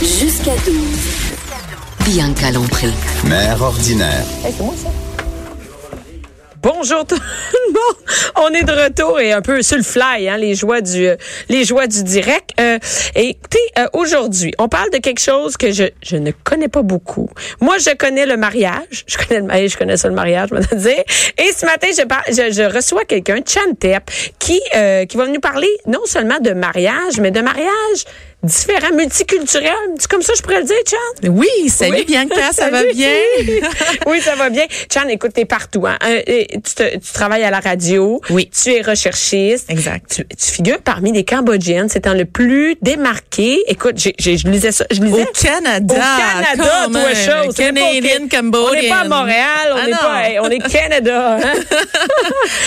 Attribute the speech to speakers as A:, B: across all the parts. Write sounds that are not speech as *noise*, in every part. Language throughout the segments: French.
A: Jusqu'à 12. Bianca Lompré.
B: Mère ordinaire.
C: Bonjour tout le monde. On est de retour et un peu sur le fly, hein, les joies du euh, les joies du direct. Euh, et écoutez, euh, aujourd'hui, on parle de quelque chose que je, je ne connais pas beaucoup. Moi, je connais le mariage. Je connais le mariage, je connais ça le mariage, je vais dire. Et ce matin, je, par- je, je reçois quelqu'un, Chantep, qui euh, qui va nous parler non seulement de mariage, mais de mariage différent, multiculturel. C'est comme ça que je pourrais le dire, Chan?
D: Oui, salut
C: Oui.
D: Bianca, ça va
C: Salut.
D: bien?
C: *laughs* oui, ça va bien. Chan, écoute, t'es partout. Hein. Euh, et tu, te- tu travailles à la radio.
D: Oui.
C: Tu es recherchiste.
D: Exact.
C: Tu, tu figures parmi les Cambodgiennes, c'est en le plus démarqué. Écoute, j'ai, j'ai- je lisais ça. Je lisais
D: Au Canada,
C: Au Canada,
D: quand
C: toi,
D: même.
C: chose. On est pas au
D: Canadian,
C: Québec. On n'est
D: Cambodian.
C: pas à Montréal, on
D: Ah
C: n'est
D: non.
C: pas, hey, on est
D: *laughs*
C: Canada. hein.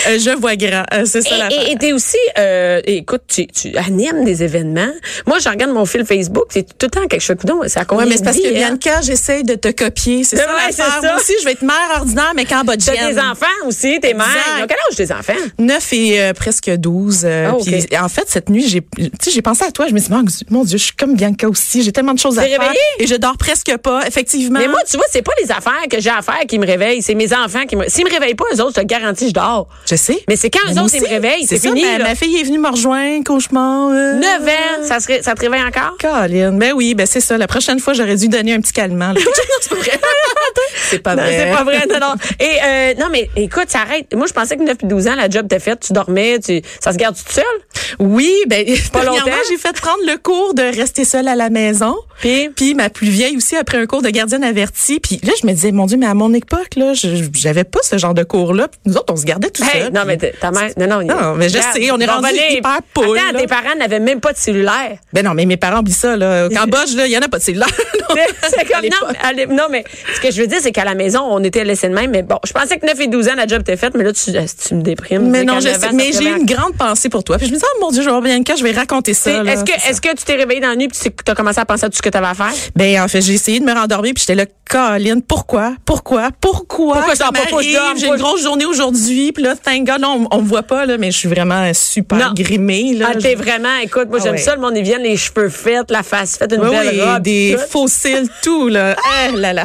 D: Euh, je vois grand, Euh, c'est ça la
C: Et- Et t'es aussi, euh, écoute, tu, tu animes des événements. Moi, je regarde mon fil Facebook, c'est tout le temps quelque chose. Coudonc, C'est à combien
D: Ouais, mais c'est parce
C: de
D: que
C: vies, hein?
D: Bianca, j'essaye de te copier. C'est ça
C: Ouais, c'est
D: l'affaire.
C: ça.
D: Moi aussi, je vais être mère ordinaire, mais cambodgienne.
C: T'as des enfants aussi, t'es mères.
D: Exact.
C: Ils ont Quel âge tes enfants?
D: 9 et euh, presque 12. euh,
C: Ah, ok.
D: puis, en fait, cette nuit, j'ai tu sais, j'ai pensé à toi. Je me suis dit, mon Dieu- mon Dieu, je suis comme Bianca aussi. J'ai tellement de choses à
C: T'es
D: faire.
C: réveillée?
D: Et je dors presque pas, effectivement.
C: Mais moi, tu vois, c'est pas les affaires que j'ai à faire qui me réveillent, c'est mes enfants qui me. S'ils me réveillent pas, eux autres, je te garantis, je dors.
D: je sais.
C: Mais c'est quand eux
D: moi
C: autres, ils me
D: aussi.
C: réveillent, c'est
D: ça,
C: fini.
D: ma,
C: là.
D: ma fille est venue me rejoindre, cauchemar. euh.
C: 9 ans, ça, se ré- ça te réveille
D: *laughs*
C: encore?
D: Colin, ben oui, ben c'est ça. La prochaine fois, j'aurais dû donner un petit calmant. là.
C: *laughs*
D: c'est pas
C: Non,
D: vrai.
C: c'est pas vrai, non, non. Et euh, non, mais écoute, ça arrête. Moi, je pensais que 9 puis 12 ans, la job t'es faite, tu dormais, tu, ça se garde toute seule.
D: *laughs* Oui, ben *laughs*
C: Pas longtemps.
D: dernièrement, j'ai fait prendre le cours de rester seule à la maison.
C: Puis?
D: ma plus vieille aussi après un cours de gardienne avertie. Puis là, je me disais, mon Dieu, mais à mon époque, là, je- j'avais pas ce genre de cours-là. Puis Nous autres, on se gardait tout
C: Hey,
D: seul.
C: non, mais t- ta mère. Non, non,
D: Non, mais je
C: regarde,
D: sais, on est
C: ils vont
D: rendu
C: voler.
D: hyper poule,
C: Attends,
D: là.
C: tes parents n'avaient même pas de cellulaire.
D: Ben non, mais mes parents oublient ça, *laughs* là. Au Cambodge, là, il y en a pas de cellulaire. non. *laughs*
C: *laughs* C'est- c'est
D: À
C: comme, non,
D: l'époque.
C: mais, allez, non, mais ce que je veux dire, c'est qu'à la maison, on était laissés de même. Mais bon, je pensais que 9 et 12 ans, la job était faite, mais là, tu, euh, tu me déprimes.
D: Mais
C: Tu
D: non,
C: qu'à
D: je
C: 9 ans,
D: sais,
C: ça
D: mais
C: te
D: j'ai
C: réveille.
D: une grande pensée pour toi. Puis je me disais, oh mon Dieu, je vais voir bien je vais raconter
C: C'est-
D: ça. là.
C: Est-ce que, est-ce que tu t'es réveillé dans la nuit puis tu as commencé à penser à tout ce que tu avais à faire?
D: Ben en fait, j'ai essayé de me rendormir puis j'étais là Colin, pourquoi Pourquoi Pourquoi
C: Pourquoi je
D: ça
C: dors pas? Pourquoi je
D: m'arrive?
C: dors?
D: J'ai
C: Pourquoi
D: une
C: je-
D: grosse journée aujourd'hui puis là thank God, là, on, on me voit pas là mais je suis vraiment super
C: Non.
D: grimée là.
C: Ah, t'es vraiment, écoute, moi,
D: Ah
C: j'aime
D: ouais.
C: ça, le monde, ils viennent, les cheveux faits, la face faite, une
D: Oui,
C: belle
D: oui,
C: robe.
D: des
C: tout.
D: fossiles tout là. Ah là *laughs* là.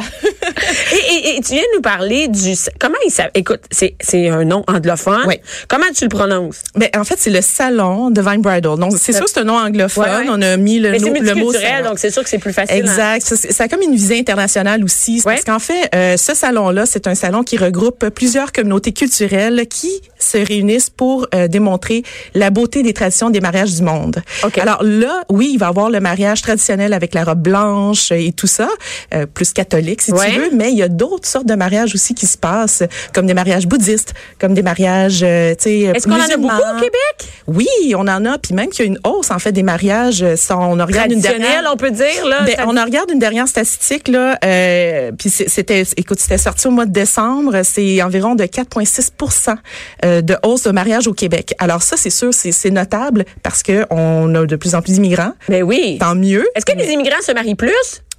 C: Et, et- et tu viens de nous parler du, comment il s'appelle, écoute, c'est, c'est un nom anglophone.
D: Oui.
C: Comment tu le prononces?
D: Ben en fait, c'est le salon de Vine Bridal. Donc c'est sûr que c'est un nom anglophone,
C: Ouais, ouais.
D: on a mis le,
C: Mais
D: no-
C: c'est
D: le mot
C: multiculturel,
D: salon.
C: donc c'est sûr que c'est plus facile. hein?
D: Exact. Ça, c'est- Ça a comme une visée internationale aussi. C'est
C: Ouais.
D: Parce qu'en fait, euh, ce salon-là, c'est un salon qui regroupe plusieurs communautés culturelles qui se réunissent pour euh, démontrer la beauté des traditions des mariages du monde.
C: OK.
D: Alors là, oui, il va y avoir le mariage traditionnel avec la robe blanche et tout ça, euh, plus catholique si
C: Ouais.
D: tu veux, mais il y a d'autres sortes de mariages aussi qui se passent, comme des mariages bouddhistes, comme des mariages, euh, tu sais,
C: Est-ce qu'on en a
D: musulmans.
C: beaucoup au Québec?
D: Oui, on en a, puis même qu'il y a une hausse en fait des mariages. euh, Ça, on en regarde une
C: Traditionnel,
D: dernière.
C: on peut dire, là.
D: Ben,
C: Ah, ça-
D: on en regarde une dernière statistique là, euh, puis c'est- c'était, écoute, c'était sorti au mois de décembre, c'est environ de 4,6 euh, de hausse de mariage au Québec. Alors ça, c'est sûr, c'est, c'est notable parce que on a de plus en plus d'immigrants.
C: Ben oui.
D: Tant mieux.
C: Est-ce que les immigrants se marient plus?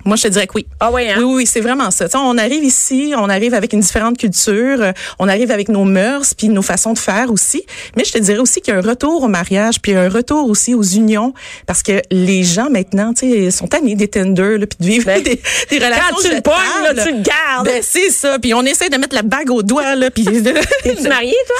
D: Moi, je te dirais que oui.
C: Ah oui, hein?
D: Oui, oui, oui, c'est vraiment ça. Tu sais, on arrive ici, on arrive avec une différente culture, euh, on arrive avec nos mœurs, puis nos façons de faire aussi. Mais je te dirais aussi qu'il y a un retour au mariage, puis un retour aussi aux unions, parce que les gens maintenant, tu sais, sont tannés des Tinder, là, puis de vivre
C: Ben,
D: *laughs* des, des relations.
C: Quand tu le
D: jetables.
C: pognes, là, tu le gardes.
D: Ben, c'est ça. Puis on essaie de mettre la bague au doigt,
C: *laughs*
D: là, puis
C: T'es-tu mariée, toi?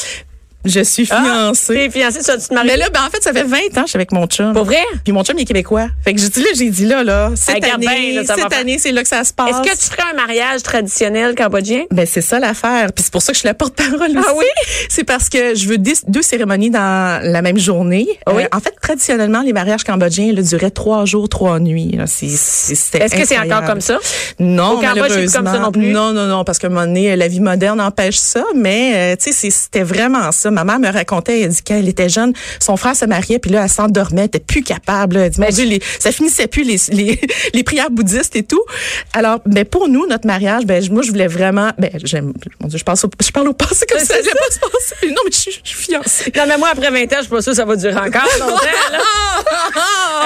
D: je suis
C: Ah.
D: fiancée.
C: T'es fiancée, ça, tu te maries.
D: Ah, mais là, ben, en fait, ça fait 20 ans que je suis avec mon chum.
C: Pour vrai?
D: Puis mon chum, il est québécois. Fait que j'ai dit là, j'ai dit là, là, cette
C: Regarde
D: année,
C: bien, là, ça va
D: cette
C: faire-
D: année, c'est là que ça se passe.
C: Est-ce que tu ferais un mariage traditionnel cambodgien?
D: Ben c'est ça l'affaire, puis c'est pour ça que je suis la porte-parole.
C: Ah
D: aussi.
C: oui?
D: *laughs* C'est parce que je veux dix- deux cérémonies dans la même journée. Euh,
C: Ah oui?
D: en fait, traditionnellement, les mariages cambodgiens là, duraient trois jours, trois nuits. là. C'est- c'est- c'était
C: Est-ce que c'est
D: incroyable.
C: encore comme ça?
D: Non,
C: Au Cambodge, c'est plus
D: malheureusement.
C: comme ça non plus?
D: Non, non, non, parce qu'à un moment donné, la vie moderne empêche ça, mais euh, tu sais, c'est- c'était vraiment ça. Ma mère me racontait, elle dit qu'elle était jeune, son frère se mariait, puis là, elle s'endormait, elle était plus capable. là. Elle dit, mon Dieu, les- ça finissait plus les, les, *laughs* les prières bouddhistes et tout. Alors, ben, pour nous, notre mariage, ben, je- moi, je voulais vraiment, ben, j'aime, mon Dieu, je, pense au- je parle au passé comme
C: Ouais,
D: ça,
C: c'est
D: j'aime pas *laughs* ce passé. Non, mais je suis je suis fiancée.
C: Non, mais moi, après 20 ans, je suis pas sûre que ça va durer
D: *laughs*
C: encore longtemps, là.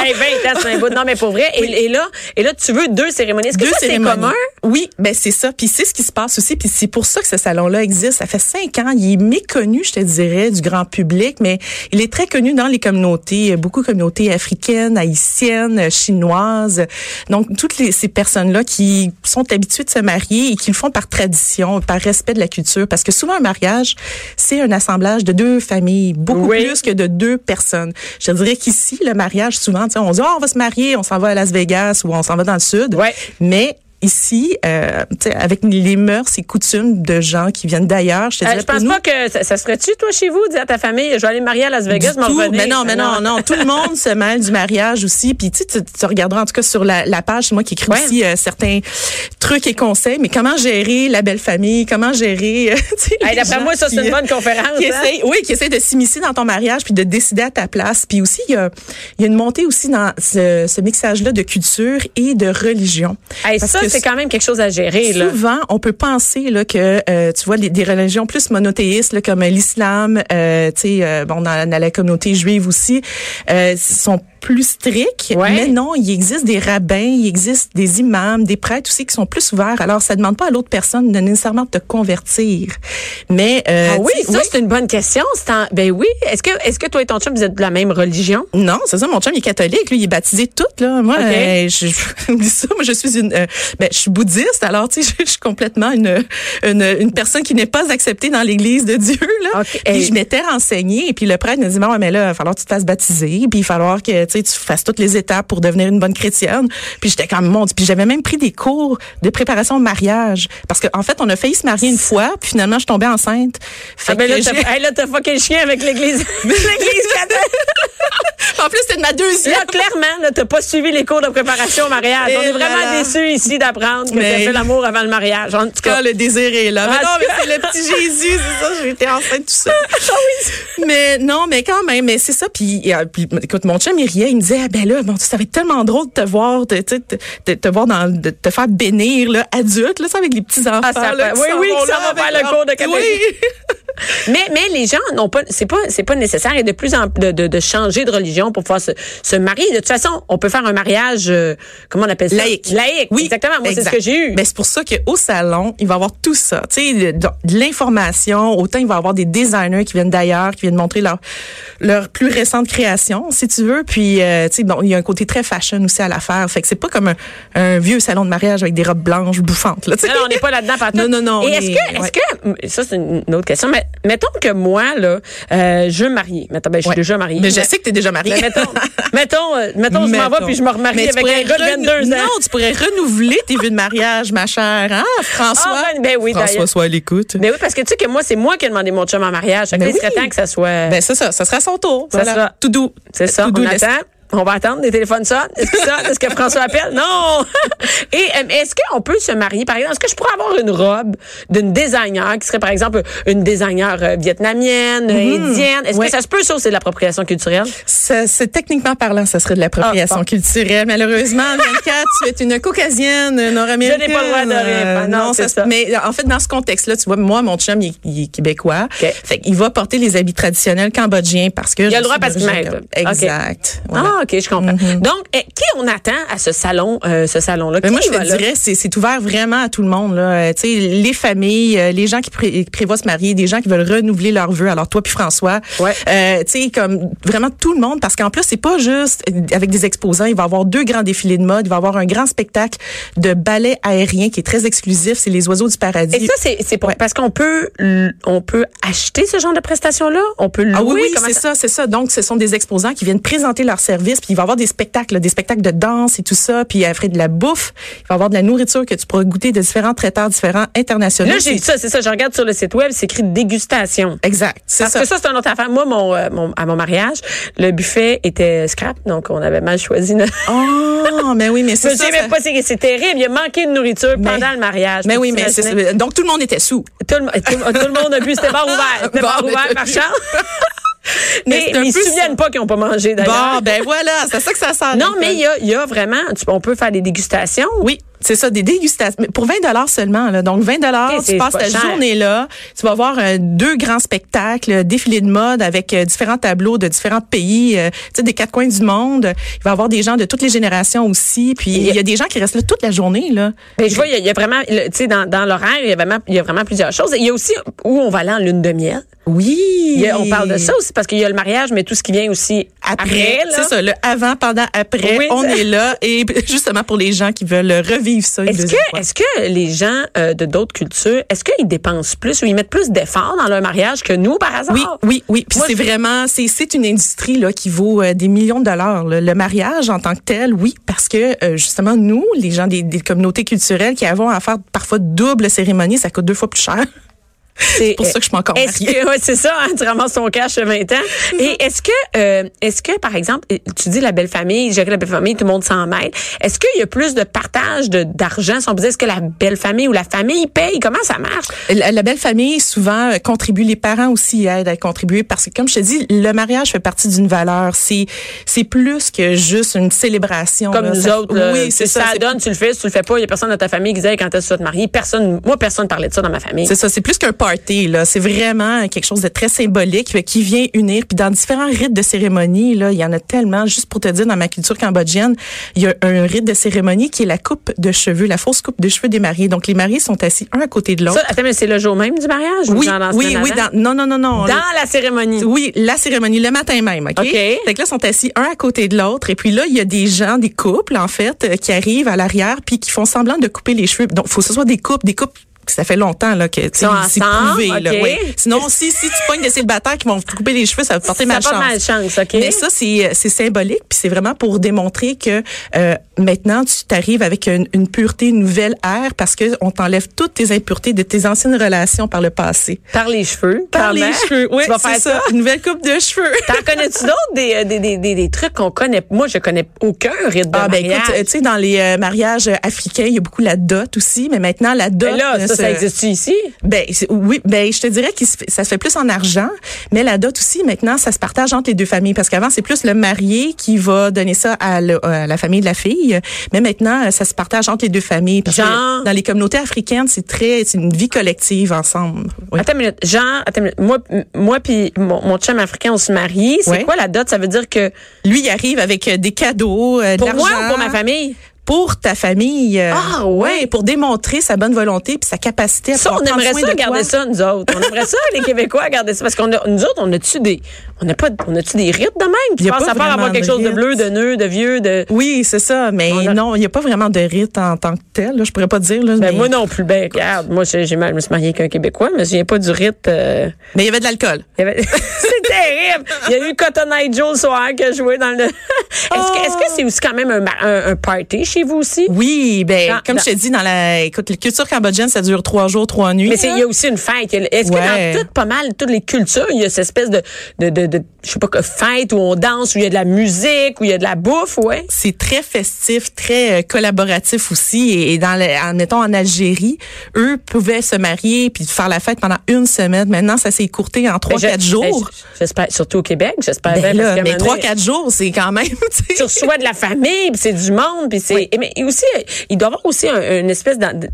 C: Hey, 20 ans, c'est un bout. Non, mais pour vrai. Et, et là, et là, tu veux deux cérémonies. Est-ce que
D: Deux
C: ça, c'est
D: cérémonies.
C: commun?
D: Oui, ben c'est ça. Puis c'est ce qui se passe aussi. Puis c'est pour ça que ce salon-là existe. Ça fait cinq ans. Il est méconnu, je te dirais, du grand public, mais il est très connu dans les communautés, euh, beaucoup de communautés africaines, haïtiennes, euh, chinoises. Donc toutes les- ces personnes-là qui sont habituées de se marier et qui le font par tradition, par respect de la culture, parce que souvent un mariage, c'est un assemblage de deux familles, beaucoup
C: Oui.
D: plus que de deux personnes. Je te dirais qu'ici, le mariage, souvent, tu sais, on dit, Ah, on va se marier, on s'en va à Las Vegas ou on s'en va dans le sud.
C: Ouais.
D: Mais ici, euh, tu sais, avec les mœurs et coutumes de gens qui viennent d'ailleurs, je te
C: Euh,
D: dirais,
C: je pense
D: pour
C: pas que ça, ça serait-tu, toi, chez vous, dire à ta famille, je vais aller me marier à Las
D: nous,
C: Vegas,
D: du
C: m'en
D: tout.
C: revenir. Ah
D: mais non, mais non, non,
C: *laughs*
D: tout le monde se mêle du mariage aussi. Puis tu, sais, tu, tu regarderas en tout cas sur la, la page, c'est moi qui écris
C: Ouais.
D: aussi euh, certains trucs et conseils. Mais comment gérer la belle famille, comment gérer. euh, *laughs* tu sais,
C: Hey,
D: les
C: D'après
D: gens
C: moi, ça, c'est
D: qui- euh,
C: une bonne conférence.
D: *laughs* qui
C: hein.
D: essaie- oui, qui essaie de s'immiscer dans ton mariage puis de décider à ta place. Puis aussi, il y a, il y a une montée aussi dans ce, ce mixage-là de culture et de religion.
C: Hey,
D: Parce
C: ça,
D: que
C: c'est quand même quelque chose à gérer, là.
D: Souvent, on peut penser là, que, euh, tu vois, les- des religions plus monothéistes, là, comme l'islam, euh, tu sais, euh, bon, dans, dans la communauté juive aussi, euh, sont plus stricts.
C: Ouais.
D: Mais non, il existe des rabbins, il existe des imams, des prêtres aussi qui sont plus ouverts. Alors, ça demande pas à l'autre personne de nécessairement te convertir. Mais, euh,
C: Ah oui,
D: tu sais,
C: ça, c'est une bonne question. c'est en- Ben oui. Est-ce que, est-ce que toi et ton chum, vous êtes de la même religion?
D: Non, c'est ça. Mon chum, il est catholique. Lui, il est baptisé tout, là. Moi,
C: Ok.
D: euh, je, je- *laughs* oublie ça. Moi, je suis une, euh, ben, je suis bouddhiste. Alors, tu sais, je, je suis complètement une, une, une personne qui n'est pas acceptée dans l'église de Dieu, là.
C: Ok.
D: Puis je m'étais renseignée. Et puis le prêtre me dit, bon, mais là, il va falloir que tu te fasses baptiser. Puis il va falloir que, tu sais, tu fasses toutes les étapes pour devenir une bonne chrétienne. Puis j'étais comme, mon Dieu. Puis j'avais même pris des cours de préparation au mariage. Parce qu'en en fait, on a failli se marier une fois. Puis finalement, je suis tombée enceinte. Fait
C: Ah, ben là,
D: que *laughs* j'ai-
C: t'as hey, là, t'as fucké le chien avec l'église. l'église catholique.
D: en plus, c'était de ma
C: *laughs*
D: deuxième.
C: Là, clairement, là, t'as pas suivi les cours de préparation au mariage.
D: Et
C: On est vraiment
D: voilà.
C: déçus ici d'apprendre que
D: Mais-
C: t'as fait l'amour avant le mariage. En tout cas,
D: le désir est là. Mais
C: Ah,
D: non, mais
C: tu-
D: c'est le petit Jésus, c'est ça, j'étais
C: *laughs*
D: enceinte tout seul.
C: Ah
D: Mais non, mais quand même, mais c'est ça. Puis, euh, puis, écoute, mon chum, il riait, il me disait, ah, ben là, bon, ça va être tellement drôle de te voir, de, tu sais, de- de te voir dans, de te faire bénir, là, adulte, là, ça, avec les petits enfants.
C: Ah, ça
D: là,
C: fait-
D: qui
C: oui,
D: s'en
C: oui, qui
D: vont
C: s'en
D: là
C: vont faire
D: avec
C: le cours de
D: leur-
C: catéchisme.
D: Oui.
C: *laughs* mais, mais les gens n'ont pas, c'est pas, c'est pas nécessaire et de plus en de, de, de changer de religion pour pouvoir se, se marier. De toute façon, on peut faire un mariage, euh, comment on appelle ça?
D: Laïque.
C: Laïque.
D: Oui,
C: Exactement. Moi, c'est ce
D: exact.
C: que j'ai eu.
D: Ben, c'est pour ça qu'au salon, il va y avoir tout ça. Tu sais, le- de, de l'information, autant il va y avoir des designers qui viennent d'ailleurs, qui viennent montrer leur, leur plus récente création, si tu veux. Puis, euh, tu sais, bon, il y a un côté très fashion aussi à l'affaire. Fait que c'est pas comme un, un vieux salon de mariage avec des robes blanches bouffantes, là, tu sais.
C: Non, non, on n'est pas là-dedans partout.
D: Non, non, non,
C: Et
D: on
C: est-ce
D: est-
C: que, est-ce
D: ouais.
C: que, hum, ça, c'est une autre question. Mais, mettons que moi, là, euh, je veux me marier. Mettons, ben, je suis
D: Ouais.
C: déjà mariée.
D: Mais je sais que t'es déjà mariée.
C: Mais mettons, mettons, euh, mettons, je m'en vais
D: Mettons.
C: puis je me remarie
D: Mais tu
C: avec un
D: pourrais
C: gars de 22
D: renou-
C: ans.
D: Non, tu pourrais renouveler tes vœux de mariage, ma chère, hein, François?
C: Ah, ben, ben oui,
D: François,
C: d'ailleurs.
D: soit à l'écoute.
C: Mais oui, parce que tu sais que moi, c'est moi qui ai demandé mon chum en mariage. Fait que
D: Ben
C: là, il serait
D: oui.
C: temps que ça soit.
D: Ben, c'est ça, ça sera son tour.
C: Ça sera-
D: Tout doux.
C: c'est ça,
D: Tout
C: on
D: doux, laisse-
C: attend. On va attendre, les téléphones sonnent. Est-ce que ça, est-ce que François appelle? Non! *laughs* Et euh, est-ce qu'on peut se marier, par exemple, est-ce que je pourrais avoir une robe d'une designer qui serait, par exemple, une designer euh, vietnamienne, euh, indienne? Est-ce
D: Mm-hmm. Ouais.
C: que ça se peut, ça, ou c'est de l'appropriation culturelle?
D: Ça, c'est techniquement parlant, ça serait de l'appropriation
C: Ah, bon.
D: culturelle. Malheureusement,
C: *laughs*
D: 24, tu es une caucasienne
C: Je
D: nord-américaine.
C: n'ai pas le droit de rire. Ah, non, c'est
D: se-
C: ça.
D: Mais en fait, dans ce contexte-là, tu vois, moi, mon chum, il, est- il est québécois.
C: OK.
D: Fait qu'il va porter les habits traditionnels cambodgiens parce que. Il
C: a le droit parce qu'il m'aide.
D: Exact. Voilà. Mm-hmm.
C: Ah, OK, je comprends. Donc, eh, qui on attend à ce salon, euh, ce salon-là?
D: Mais
C: Qui
D: Ben, moi, je
C: va
D: te
C: là?
D: dirais, c'est, c'est ouvert vraiment à tout le monde. Là. Euh, tu sais, les familles, euh, les gens qui, pré- qui prévoient se marier, des gens qui veulent renouveler leurs vœux. Alors toi puis François,
C: Ouais.
D: euh, tu sais, comme vraiment tout le monde, parce qu'en plus c'est pas juste euh, avec des exposants. Il va y avoir deux grands défilés de mode. Il va y avoir un grand spectacle de ballet aérien qui est très exclusif. C'est les oiseaux du paradis.
C: Et ça, c'est c'est pour-
D: Ouais.
C: parce qu'on peut, l- on peut acheter ce genre de prestations-là? On peut louer?
D: Ah oui, oui,
C: comment
D: c'est ça, c'est ça. Donc, ce sont des exposants qui viennent présenter leurs services service, puis il va y avoir des spectacles, là, des spectacles de danse et tout ça, puis il va y avoir de la bouffe, il va y avoir de la nourriture que tu pourras goûter de différents traiteurs différents internationaux.
C: Là, j'ai dit ça, c'est ça. Je regarde sur le site web, c'est écrit dégustation.
D: Exact, c'est
C: Parce
D: ça.
C: que ça, c'est une autre affaire. Moi, mon, euh, mon- à mon mariage, le buffet était scrap, donc on avait mal choisi. notre-
D: Oh, mais oui, mais
C: *laughs* Je
D: c'est
C: me
D: ça.
C: souviens
D: ça-
C: même pas, c'est c'est terrible. Il a manqué de nourriture
D: Mais-
C: pendant le mariage.
D: Mais
C: Puis
D: oui, mais
C: t'imagines-
D: c'est donc tout le monde était sous.
C: Tout le, tout- tout le monde a bu, c'était bar
D: *laughs*
C: ouvert. C'était
D: Bon,
C: bar
D: ben,
C: ouvert
D: t'as
C: par
D: vu.
C: chance.
D: *laughs* Mais
C: Mais,
D: c'est un
C: mais ils
D: peu
C: se souviennent pas qu'ils n'ont pas mangé
D: Bon,
C: d'ailleurs.
D: ben voilà, c'est à ça que ça sert.
C: non, mais il y a, il y a vraiment, tu- on peut faire des dégustations.
D: Oui, c'est ça, des dégustations. Mais pour 20 dollars seulement, là. Donc 20 dollars,
C: Ok, c'est
D: tu passes
C: pas
D: ta
C: cher.
D: journée là, tu vas voir euh, deux grands spectacles, euh, défilé de mode avec euh, différents tableaux de différents pays, euh, tu sais des quatre coins du monde. Il va y avoir des gens de toutes les générations aussi, puis il y a des gens qui restent là toute la journée là.
C: Ben, je vois, il y a- il y, a vraiment, le- tu sais, dans, dans l'horaire, il y a vraiment, il y a vraiment plusieurs choses. Il y a aussi où on va aller en lune de miel.
D: Oui,
C: Il y a- on parle de ça aussi parce qu'il y a le mariage, mais tout ce qui vient aussi après,
D: Après,
C: là.
D: c'est ça, le avant, pendant, après,
C: Oui,
D: on
C: ça-
D: est là et *laughs* justement pour les gens qui veulent revivre ça. une
C: Est-ce
D: deuxième
C: que,
D: fois.
C: est-ce que les gens euh, de d'autres cultures, est-ce qu'ils dépensent plus ou ils mettent plus d'efforts dans leur mariage que nous, par hasard?
D: Oui, oui, oui. Puis
C: Moi,
D: c'est vraiment, c'est c'est une industrie là qui vaut euh, des millions de dollars. là. Le mariage en tant que tel, oui, parce que euh, justement nous, les gens des, des communautés culturelles qui avons à faire parfois double cérémonie, ça coûte deux fois plus cher. *laughs*
C: C'est
D: pour ça que je suis pas encore
C: Est-ce
D: mariée. Mm-hmm.
C: que, *laughs* ouais, c'est ça, hein, tu ramasses ton cash à 20 ans. Et est-ce que, euh, est-ce que, par exemple, tu dis la belle famille, gérer la belle famille, tout le monde s'en mêle. Est-ce qu'il y a plus de partage de, d'argent? Si on disait, est-ce que la belle famille ou la famille paye? Comment ça marche?
D: La, la belle famille souvent euh, contribue, les parents aussi aident à contribuer parce que comme je te dis, le mariage fait partie d'une valeur. C'est c'est plus que juste une célébration.
C: Comme
D: là.
C: nous
D: Ça-
C: autres, là,
D: oui,
C: si
D: c'est
C: ça,
D: ça. c'est-
C: donne, tu le fais, si tu le fais pas, il y a personne dans ta famille qui disait quand est-ce que tu vas te marier. Personne, moi, personne parlait de ça dans ma famille.
D: C'est ça, c'est plus qu'un party là, c'est vraiment quelque chose de très symbolique euh, qui vient unir puis dans différents rites de cérémonie là, il y en a tellement juste pour te dire dans ma culture cambodgienne, il y a un rite de cérémonie qui est la coupe de cheveux, la fausse coupe de cheveux des mariés. Donc les mariés sont assis un à côté de l'autre.
C: Ça, attends, mais c'est le jour même du mariage? ou
D: oui,
C: genre dans la
D: oui,
C: semaine
D: oui,
C: avant?
D: dans- non non non non.
C: Dans la cérémonie.
D: Oui, la cérémonie le matin même, OK?
C: OK.
D: Fait que là, ils sont assis un à côté de l'autre. Et puis là, il y a des gens, des couples, en fait, euh, qui arrivent à l'arrière puis qui font semblant de couper les cheveux. Donc, faut que ce soit des couples, des couples que ça fait longtemps là que tu sais,
C: sont
D: c'est
C: ensemble,
D: prouvé là,
C: OK.
D: ouais. Sinon si si tu pognes des célibataires qui vont te couper les cheveux, ça va te porter
C: Ça
D: malchance.
C: porte malchance, OK.
D: Mais ça c'est euh, c'est symbolique puis c'est vraiment pour démontrer que euh, maintenant tu t'arrives avec une, une pureté, une nouvelle ère parce que on t'enlève toutes tes impuretés de tes anciennes relations par le passé.
C: Par les cheveux.
D: Par les
C: clairement.
D: cheveux, oui,
C: tu vas
D: c'est
C: faire
D: ça,
C: ça.
D: une nouvelle coupe
C: *laughs*
D: de cheveux.
C: T'en connais-tu d'autres des, euh, des, des, des, des trucs qu'on connaît? Moi, je connais aucun rite de
D: Ah ben
C: mariage.
D: écoute, euh, tu sais dans les euh, mariages euh, africains, il y a beaucoup la dot aussi, mais maintenant la dot
C: Ben là,
D: euh,
C: ça,
D: se-
C: ça existe ici?
D: Ben c'est- oui, ben je te dirais que ça se fait plus en argent, mais la dot aussi maintenant ça se partage entre les deux familles parce qu'avant c'est plus le marié qui va donner ça à, le- à la famille de la fille, mais maintenant euh, ça se partage entre les deux familles parce
C: Genre?
D: que dans les communautés africaines, c'est très c'est une vie collective ensemble. Oui.
C: Attends une minute. Genre, attends une minute. Moi, m- moi puis mon, mon chum africain, on se marie. C'est
D: Ouais.
C: quoi la dot? Ça veut dire que
D: Lui il arrive avec euh, des cadeaux, euh, de
C: pour moi
D: l'argent.
C: ou pour ma famille?
D: pour ta famille. euh,
C: Ah, ouais.
D: pour démontrer sa bonne volonté puis sa capacité à
C: Ça, on
D: pouvoir prendre
C: aimerait
D: soin
C: ça
D: de toi.
C: garder ça, nous autres. On aimerait ça, les Québécois, garder ça. Parce qu'on a, nous autres, on a-tu des, on a pas, on a-tu des rites de même?
D: Y
C: Tu
D: a
C: penses
D: pas
C: à part
D: vraiment
C: avoir quelque
D: de
C: chose de
D: rites.
C: bleu, de nœud, de vieux, de.
D: Oui, c'est ça, mais
C: On a-
D: non, il n'y a pas vraiment de rite en tant que tel. Là, je pourrais pas dire. Là, mais
C: Ben, moi non plus. Ben, regarde, moi, j'ai j'ai mal, je me suis mariée avec un Québécois, mais je viens pas du rite, euh,
D: mais il y avait de l'alcool.
C: Il y avait- *laughs* c'est terrible. Il y a eu Cotton Eye Joe le soir qui a joué dans le. *laughs* Est-ce que est-ce que c'est aussi quand même un, ma- un, un party chez vous aussi?
D: Oui, ben
C: Dans-
D: comme
C: dans-
D: je te dis, dans la écoute, la culture cambodgienne, ça dure trois jours, trois nuits.
C: Mais c'est- il y a aussi une fête. Il y a- Est-ce
D: hein. Ouais.
C: que dans toutes, pas mal, toutes les cultures, il y a cette espèce de, de, de, de- je sais pas, que fête où on danse, où il y a de la musique, où il y a de la bouffe, ouais?
D: c'est très festif, très euh, collaboratif aussi. Et, et dans, le, en, mettons en Algérie, eux pouvaient se marier puis faire la fête pendant une semaine. Maintenant, ça s'est écourté en trois,
C: Ben, je-
D: quatre
C: ben,
D: jours.
C: je- J'espère, surtout au Québec, j'espère bien,
D: Ben
C: parce
D: là,
C: qu'à un
D: mais
C: moment
D: trois,
C: donné,
D: quatre jours, c'est quand même. *laughs* tu sais.
C: tu reçois de la famille, puis c'est du monde, puis c'est. Et Mais et aussi, euh, il doit y avoir aussi un- une espèce d'en- de-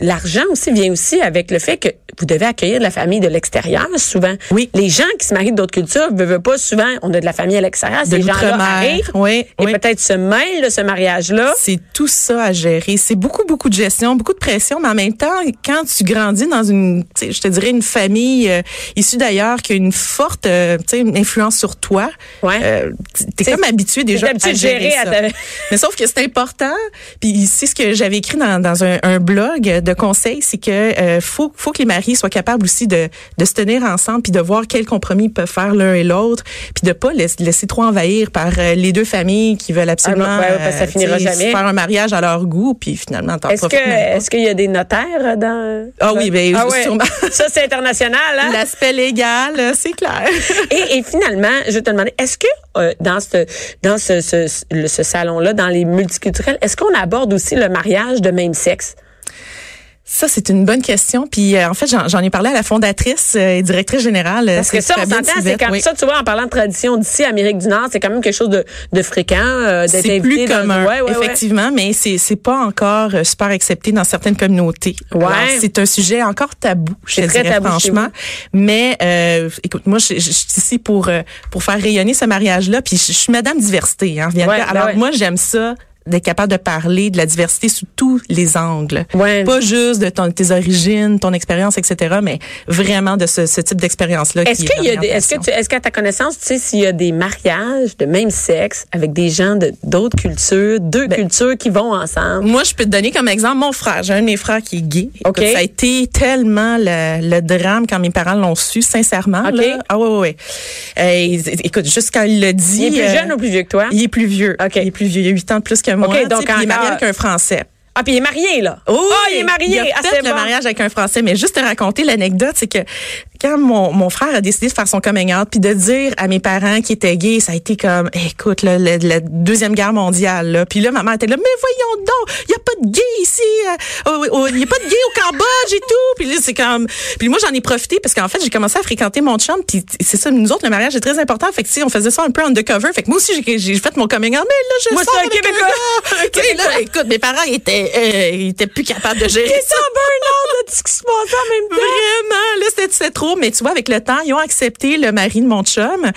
C: L'argent aussi vient aussi avec le fait que vous devez accueillir de la famille de l'extérieur souvent.
D: Oui.
C: Les gens qui se marient d'autres cultures ne veulent pas souvent. On a de la famille à l'extérieur. Ces gens-là
D: l'outre-mer.
C: arrivent.
D: Oui,
C: Et
D: oui.
C: peut-être se mêlent de ce mariage-là.
D: C'est tout ça à gérer. C'est beaucoup, beaucoup de gestion, beaucoup de pression, mais en même temps, quand tu grandis dans une, tu sais, je te dirais, une famille euh, issue d'ailleurs qui a une forte, euh, euh, tu sais, une influence sur toi.
C: Ouais.
D: Euh, t'es
C: C'est-
D: comme habitué déjà
C: habitué
D: à
C: de
D: gérer,
C: gérer à
D: ça.
C: ta-
D: *laughs* Mais sauf que c'est important. Puis c'est ce que j'avais écrit dans, dans un, un blog de conseils, c'est que euh, faut faut que les maris soient capables aussi de, de se tenir ensemble puis de voir quels compromis ils peuvent faire l'un et l'autre, puis de pas laisser, laisser trop envahir par euh, les deux familles qui veulent absolument
C: Ah non, ouais, ouais, parce que ça
D: euh,
C: finira
D: tu sais,
C: jamais.
D: faire un mariage à leur goût puis finalement t'en
C: Est-ce
D: profites
C: que est-ce qu'il y a des notaires euh, dans
D: hein? Ah oui, ben,
C: Ah ouais.
D: sûrement.
C: ça c'est international hein?
D: L'aspect légal, euh,
C: *laughs*
D: c'est clair.
C: Et, et finalement, je vais te demander, est-ce que euh, dans ce dans ce, ce, ce- le- ce salon-là, dans les multiculturels, est-ce qu'on aborde aussi le mariage de même sexe?
D: Ça, c'est une bonne question. Puis, euh, en fait, j'en j'en ai parlé à la fondatrice euh, et directrice générale.
C: Parce que ça, on s'entend, c'est comme ça, tu vois, en parlant de tradition d'ici, Amérique du Nord, c'est quand même quelque chose de, de fréquent, euh, d'être
D: C'est
C: invité
D: plus
C: dans-
D: commun,
C: Ouais, ouais, ouais.
D: effectivement, mais c'est c'est pas encore euh, super accepté dans certaines communautés.
C: Ouais.
D: Alors, C'est un sujet encore tabou, je
C: C'est
D: te
C: très
D: dirais
C: tabou chez
D: franchement. Mais euh, écoute, moi, je, je- je suis ici pour euh, pour faire rayonner ce mariage-là, puis je, je suis Madame Diversité. Hein, Bianca.
C: Ouais, ben
D: Alors
C: ouais.
D: moi, j'aime ça d'être capable de parler de la diversité sous tous les angles.
C: Ouais.
D: Pas juste de ton- tes origines, ton expérience, etc., mais vraiment de ce, ce type d'expérience-là. qui
C: Est-ce qu'il y a
D: remis en
C: des, est-ce que
D: question.
C: tu, est-ce qu'à ta connaissance, tu sais s'il y a des mariages de même sexe avec des gens de d'autres cultures, deux
D: Ben,
C: cultures qui vont ensemble?
D: Moi, je peux te donner comme exemple mon frère. J'ai un de mes frères qui est gay.
C: OK.
D: Écoute, ça a été tellement le, le drame quand mes parents l'ont su, sincèrement.
C: OK.
D: là. Ah ouais, ouais, ouais. Euh, il- écoute, juste quand il l'a dit.
C: Il est plus
D: euh,
C: jeune ou plus vieux que toi?
D: Il est plus vieux.
C: OK.
D: Il est plus vieux. Il a 8 ans de plus que moi.
C: OK,
D: tu sais,
C: donc
D: puis il est marié
C: encore-
D: avec un Français.
C: Ah, puis il est marié, là.
D: Oh,
C: Ah, il est marié.
D: Il a
C: Ah,
D: fait
C: c'est
D: le
C: bon.
D: mariage avec un Français. Mais juste te raconter l'anecdote, c'est que quand mon, mon frère a décidé de faire son coming out, puis de dire à mes parents qu'il était gay, ça a été comme, écoute, là, la, la deuxième guerre mondiale. Là. Puis là, maman était là, mais voyons donc, il n'y a pas de gay ici. euh, au- au- Il n'y a pas de gay au Cambodge et tout. Puis là, c'est comme... Puis moi, j'en ai profité parce qu'en fait, j'ai commencé à fréquenter mon chum. Puis c'est ça, nous autres, le mariage est très important. Fait que si on faisait ça un peu undercover. Fait que moi aussi, j'ai- j'ai fait mon coming out. Mais là, je
C: Moi,
D: sors
C: c'est un
D: avec
C: Québécois.
D: gars. Tu sais, là, écoute, mes parents étaient, euh, ils étaient plus capables de gérer
C: Il est
D: ça.
C: en burn-out, là, tout ce qui se passe en même temps.
D: Vraiment, là, c'était- c'était trop. Mais tu vois, avec le temps, ils ont accepté le mari de mon chum.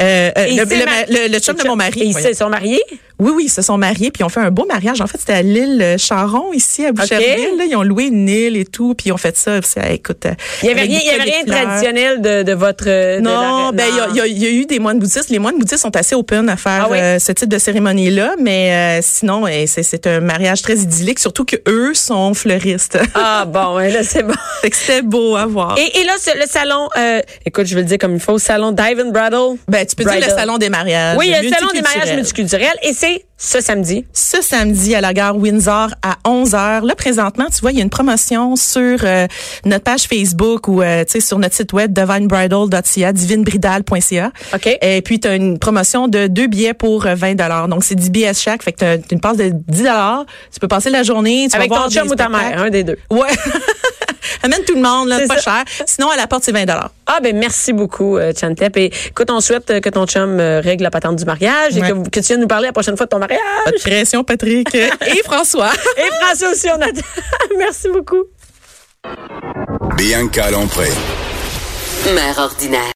D: Euh, euh,
C: Et
D: le,
C: il s'est
D: le
C: mar-
D: ma- le- le chum de mon mari.
C: Et ils
D: voyons.
C: se sont mariés?
D: Oui, oui, ils se sont mariés, puis ils ont fait un beau mariage. En fait, c'était à l'île euh, Charon, ici, à Boucherville. là. ils ont loué une île et tout, puis ils ont fait ça. C'est, ah, écoute, euh,
C: Il y avait
D: avec
C: rien,
D: des
C: il y avait
D: bouquets de
C: rien de
D: fleurs.
C: traditionnel de, de votre. euh, de
D: Non,
C: la-
D: ben il y a- il y, a- il y a eu des moines bouddhistes. Les moines bouddhistes sont assez open à faire
C: Ah oui?
D: euh, ce type de cérémonie là, mais euh, sinon eh, c'est c'est un mariage très idyllique, surtout que eux sont fleuristes.
C: Ah bon, ouais, là c'est bon.
D: *laughs* Fait que c'était beau à voir.
C: Et, et là, c'est le salon, euh, écoute, je vais le dire comme il faut, salon Dive and Bridal.
D: ben tu peux dire
C: Bridal.
D: le salon des mariages.
C: Oui, il y a le salon des mariages
D: multiculturel.
C: multiculturels et c'est ce samedi.
D: ce samedi à la gare Windsor à 11h. Là, présentement, tu vois, il y a une promotion sur euh, notre page Facebook ou euh, tu sais, sur notre site web divinebridal.ca, divinebridal.ca.
C: OK.
D: Et puis, tu as une promotion de deux billets pour euh, 20 Donc, c'est 10 billets chaque. Fait que tu as une passe de 10 Tu peux passer la journée. Tu
C: Avec
D: vas
C: ton
D: voir
C: chum
D: des
C: ou ta mère,
D: spectacles.
C: un des deux.
D: Ouais. *laughs* Amène tout le monde, là,
C: C'est
D: pas
C: ça.
D: cher. Sinon, à la porte, c'est 20
C: Ah ben merci beaucoup euh, Chantep et écoute on souhaite euh, que ton chum euh, règle la patente du mariage et
D: Ouais.
C: que, vous- que tu viennes nous parler la prochaine fois de ton mariage.
D: Pas de pression,
C: *laughs*
D: Patrick. Et François.
C: Et François aussi on attend. *laughs* merci beaucoup.
B: Bianca Lompré.
A: Mère ordinaire.